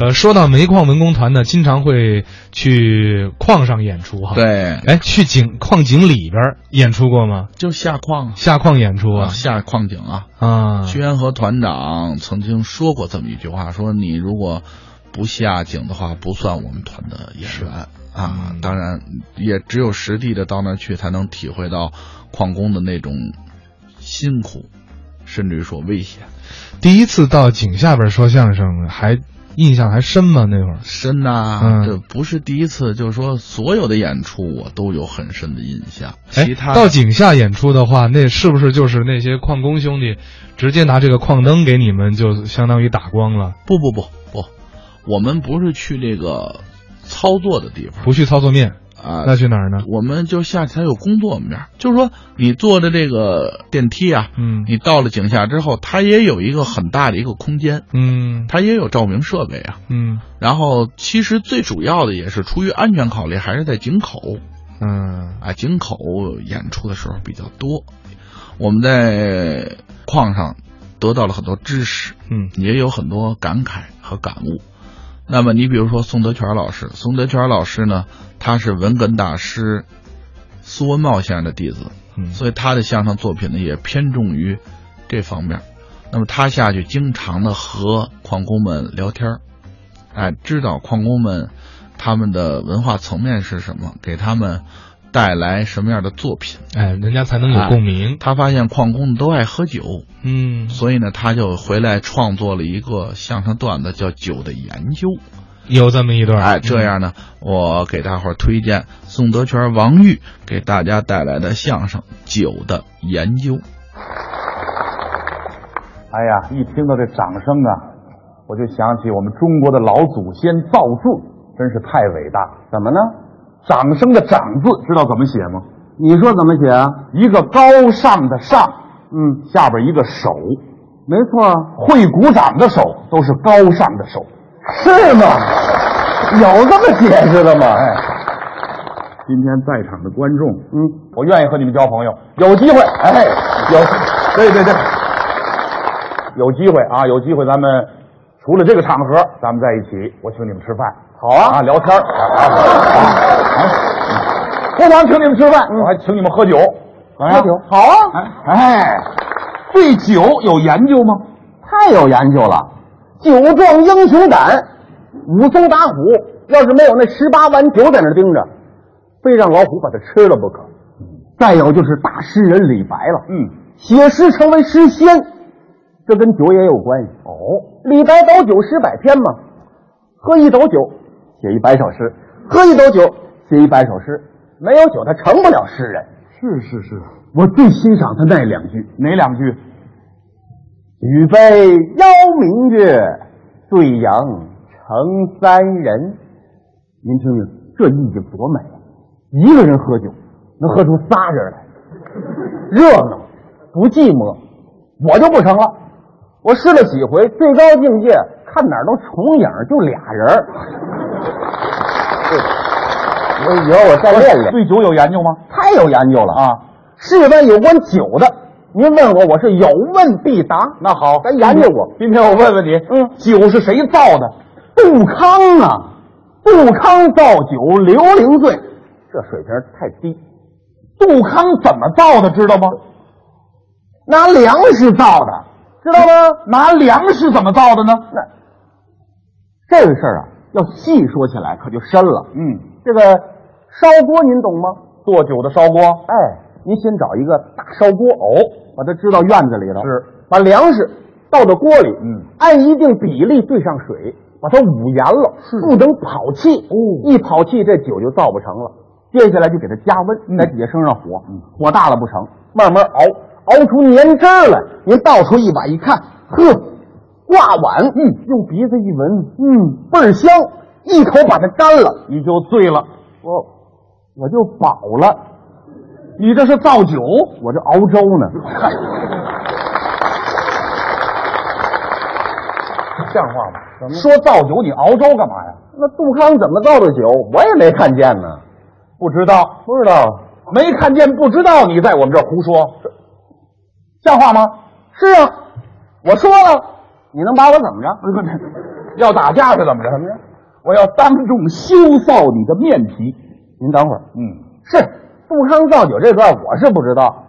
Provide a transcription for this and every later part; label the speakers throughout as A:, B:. A: 呃，说到煤矿文工团呢，经常会去矿上演出
B: 啊
A: 哈。，
B: 对，
A: 哎，去井矿井里边儿演出过吗？
B: 就下矿
A: 下矿演出
B: 啊，
A: 啊？
B: 下矿井啊。
A: 啊，
B: 薛元和团长曾经说过这么一句话，说你如果不下井的话，不算我们团的演员啊
A: 嗯。
B: 当然，也只有实地的到那儿去，才能体会到矿工的那种辛苦，甚至于说危险。
A: 第一次到井下边说相声，还印象还深吗？那会儿
B: 深呐、
A: 嗯
B: 这不是第一次，就是说所有的演出我都有很深的印象。
A: 哎
B: 其他的
A: 到井下演出的话，那是不是就是那些矿工兄弟直接拿这个矿灯给你们，就相当于打光了，
B: 不不不不，我们不是去这个操作的地方
A: 不去操作面，
B: 啊，
A: 那去哪儿呢？
B: 我们就下去，它有工作面儿，就是说你坐着这个电梯啊，
A: 嗯
B: 你到了井下之后，它也有一个很大的一个空间，
A: 嗯
B: 它也有照明设备啊。
A: 嗯
B: 然后其实最主要的也是出于安全考虑，还是在井口
A: 嗯
B: 啊，井口演出的时候比较多。我们在矿上得到了很多知识，
A: 嗯
B: 也有很多感慨和感悟。那么你比如说宋德全老师，宋德全老师呢，他是文哏大师苏文茂先生的弟子，
A: 嗯
B: 所以他的相声作品呢也偏重于这方面。那么他下去经常的和矿工们聊天儿，哎，知道矿工们他们的文化层面是什么，给他们带来什么样的作品。
A: 哎，人家才能
B: 啊
A: 有共鸣。
B: 他发现矿工都爱喝酒，
A: 嗯
B: 所以呢，他就回来创作了一个相声段子，叫《酒的研究》。
A: 有这么一段，
B: 哎，这样呢，我给大伙儿推荐宋德全、王玉给大家带来的相声《酒的研究》。
C: 哎呀，一听到这掌声啊，我就想起我们中国的老祖先造字，真是太伟大。怎么呢？掌声的“掌”字，知道怎么写吗？你说怎么写啊？一个高尚的“上”，嗯，下边一个手，没错，啊会鼓掌的手都是高尚的手，是吗？ 有这么解释的吗？哎，今天在场的观众，嗯，我愿意和你们交朋友，有机会，哎，有，对对对。有机会啊，有机会咱们除了这个场合，咱们在一起，我请你们吃饭。好啊，啊，聊天儿。啊啊啊不光请你们吃饭，我还请你们喝酒。喝酒好啊！哎，对酒有研究吗？太有研究了，酒壮英雄胆，武松打虎。要是没有那十八碗酒在那盯着，非让老虎把它吃了不可。再有就是大诗人李白了，嗯，写诗成为诗仙，这跟酒也有关系。哦，李白倒酒诗百篇嘛，喝一斗酒写一百首诗，喝一斗酒写一百首诗，没有酒他成不了诗人。是是是，我最欣赏他那两句，哪两句？举杯邀明月，对阳成三人。您听听，这意境多美啊！一个人喝酒，能喝出仨人来，热闹不寂寞。我就不成了，我试了几回，最高境界看哪儿都重影，就俩人儿。我以后我再练练。对酒有研究吗？太有研究了啊！事关有关酒的，您问我，我是有问必答。那好，咱研究过。今天我问问你，嗯，酒是谁造的？杜康啊，杜康造酒，刘伶醉。这水平太低。杜康怎么造的，知道吗？拿粮食造的，知道吗？拿粮食怎么造的呢？那这个事儿啊，要细说起来可就深了。嗯，这个烧锅您懂吗？做酒的烧锅。哎，您先找一个大烧锅哦，把它支到院子里头，是把粮食倒到锅里，嗯，按一定比例兑上水，把它捂严了，不能跑气。哦，一跑气这酒就造不成了。接下来就给它加温，在底下生上火，火大了不成，慢慢熬，熬出粘汁儿来。您倒出一把一看，呵，挂碗，嗯，用鼻子一闻，嗯，倍儿香，一口把它干了，你就醉了。我我就饱了，你这是造酒，我这熬粥呢。 像话吗？说造酒，你熬粥干嘛呀？那杜康怎么造的酒，我也没看见呢。不知道，不知道，没看见，不知道。你在我们这儿胡说，像话吗？是啊，我说了，你能把我怎么着？ 要打架是怎么着？怎么着？我要当众羞臊你的面皮。您等会儿，嗯，是杜康造酒这段我是不知道，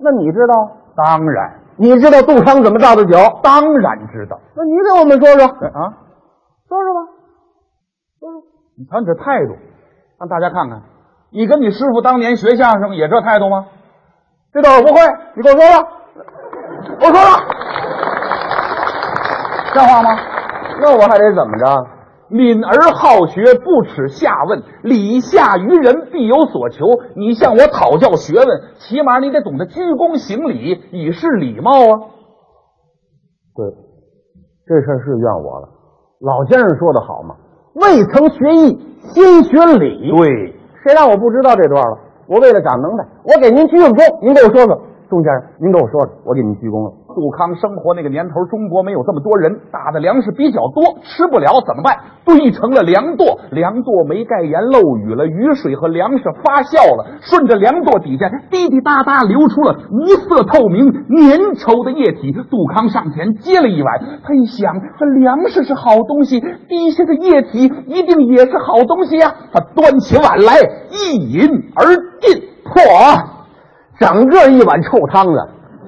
C: 那你知道？当然。你知道杜康怎么造的酒？当然知道。那你给我们说说啊，说说吧，说说。你瞧你这态度，让大家看看，你跟你师傅当年学相声也这态度吗？这段我不会，你给我说吧。我说了，像话吗？那我还得怎么着？敏而好学，不耻下问，礼下于人，必有所求。你向我讨教学问，起码你得懂得鞠躬行礼，以示礼貌啊。对，这事儿是怨我了。老先生说的好嘛，未曾学艺，先学礼。对，谁让我不知道这段了？我为了长能耐，我给您鞠个躬，您给我说说。钟先生，您给我说说，我给您鞠躬了。杜康生活那个年头，中国没有这么多人，打的粮食比较多，吃不了怎么办？堆成了粮垛，粮垛没盖严，漏雨了，雨水和粮食发酵了，顺着粮垛底下滴滴答答流出了无色透明、粘稠的液体。杜康上前接了一碗，他一想，这粮食是好东西，滴下的液体一定也是好东西呀、啊他端起碗来，一饮而尽，啊嚯！整个一碗臭汤子。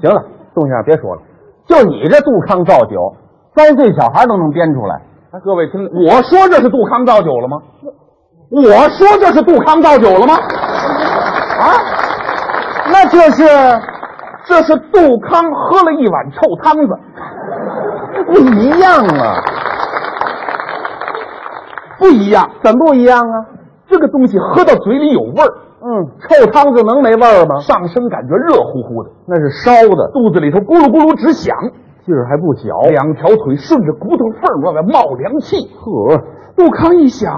C: 行了，宋先生别说了，就你这杜康造酒，三岁小孩都能编出来。各位听，我说这是杜康造酒了吗？我说这是杜康造酒了吗？啊，那就是这是杜康喝了一碗臭汤子，不一样啊。不一样，怎么不一样啊？这个东西喝到嘴里有味儿，嗯，臭汤子能没味儿吗？上身感觉热乎乎的，那是烧的，肚子里头咕噜咕噜直响，劲儿还不小，两条腿顺着骨头缝儿往外冒凉气。呵，杜康一想，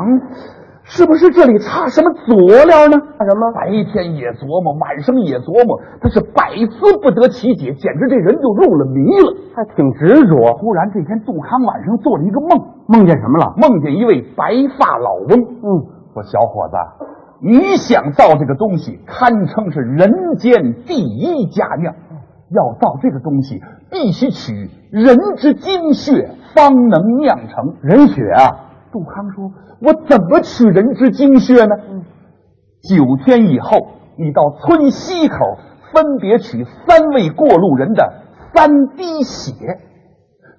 C: 是不是这里差什么佐料呢？差什么？白天也琢磨，晚上也琢磨，他是百思不得其解，简直这人就入了迷了，还挺执着。忽然这天，杜康晚上做了一个梦，梦见什么了？梦见一位白发老翁。嗯，说小伙子，你想造这个东西，堪称是人间第一佳酿。要造这个东西，必须取人之精血，方能酿成人血啊！杜康说：“我怎么取人之精血呢？”九天以后，你到村西口分别取三位过路人的三滴血。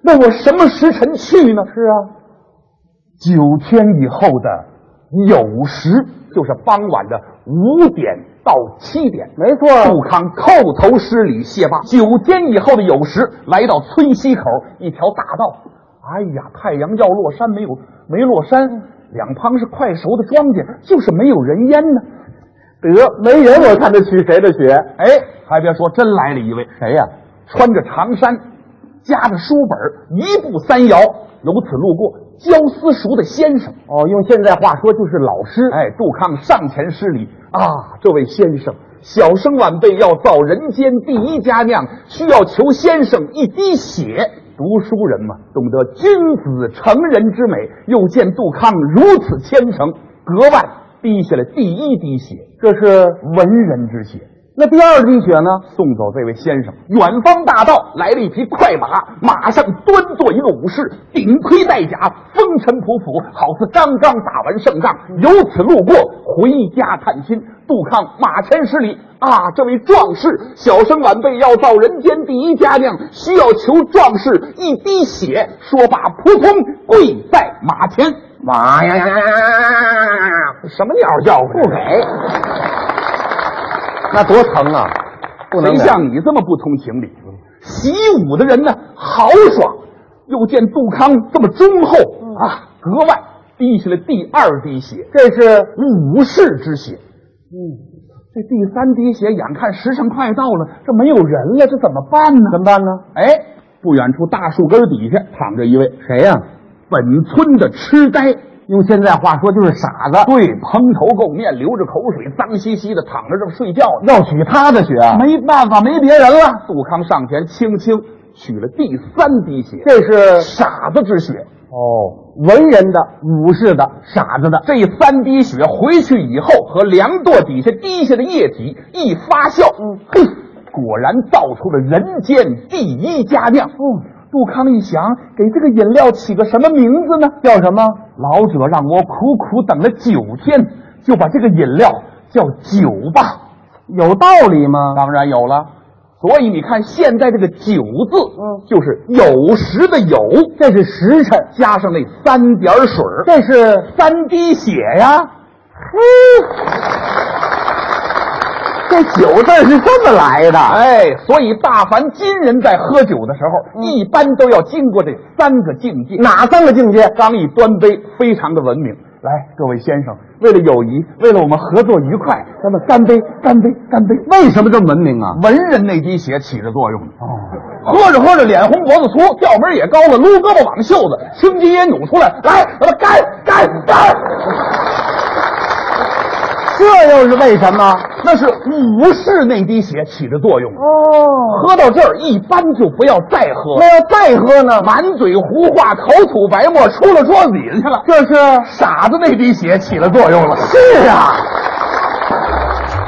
C: 那我什么时辰去呢？是啊，九天以后的酉时，就是傍晚的五点到七点。没错，杜康叩头施礼谢罢。九天以后的酉时，来到村西口一条大道。哎呀，太阳要落山，没有没落山，两旁是快熟的庄稼，就是没有人烟呢。得，没人我看他取谁的血？哎，还别说，真来了一位，谁呀、穿着长衫，夹着书本，一步三摇，由此路过，焦私塾的先生。哦，用现在话说就是老师。哎，杜康上前施礼啊，这位先生。小生晚辈要造人间第一佳酿，需要求先生一滴血。读书人嘛，懂得君子成人之美。又见杜康如此虔诚，格外滴下了第一滴血，这是文人之血。那第二滴血呢？送走这位先生。远方大道来了一匹快马，马上端坐一个武士，顶盔戴甲，风尘仆仆，好似刚刚打完胜仗。由此路过，回家探亲。杜康马前施礼啊！这位壮士，小生晚辈要造人间第一佳酿，需要求壮士一滴血。说罢，扑通跪在马前。马呀呀呀呀呀呀！什么鸟叫唤？不给。那多疼啊！不能像你这么不通情理。习武的人呢，豪爽，又见杜康这么忠厚啊，格外滴下了第二滴血，这是武士之血。这第三滴血，眼看时辰快到了，这没有人了，这怎么办呢？怎么办呢？哎，不远处大树根底下躺着一位谁呀、本村的痴呆，用现在话说就是傻子。对，蓬头垢面，流着口水，脏兮兮的躺着，这么睡觉呢。要取他的血啊？没办法，没别人了。杜康上前轻轻取了第三滴血，这是傻子之血。哦，文人的、武士的、傻子的，这三滴血回去以后，和粮垛底下滴下的液体一发酵，嗯，嘿，果然造出了人间第一佳酿。嗯，杜康一想，给这个饮料起个什么名字呢？叫什么？老者让我苦苦等了九天，就把这个饮料叫酒吧。有道理吗？当然有了。所以你看，现在这个“酒”字，嗯，就是有时的“有”，这是时辰，加上那三点水儿，这是三滴血呀。这酒字是这么来的，哎，所以大凡今人在喝酒的时候，一般都要经过这三个境界。嗯哪三个境界？刚一端杯，非常的文明。来，各位先生，为了友谊，为了我们合作愉快，咱们干杯，干杯，干杯！为什么这么文明啊？文人那滴血起着作用呢。哦，喝着喝着脸红脖子粗，调门也高了，撸胳膊挽袖子，青筋也扭出来。来，咱们干干干！这又是为什么？那是武士那滴血起的作用。哦，喝到这儿一般就不要再喝。那要再喝呢？满嘴胡话，口吐白沫，出了桌子瘾去了。这是傻子那滴血起了作用了。是啊。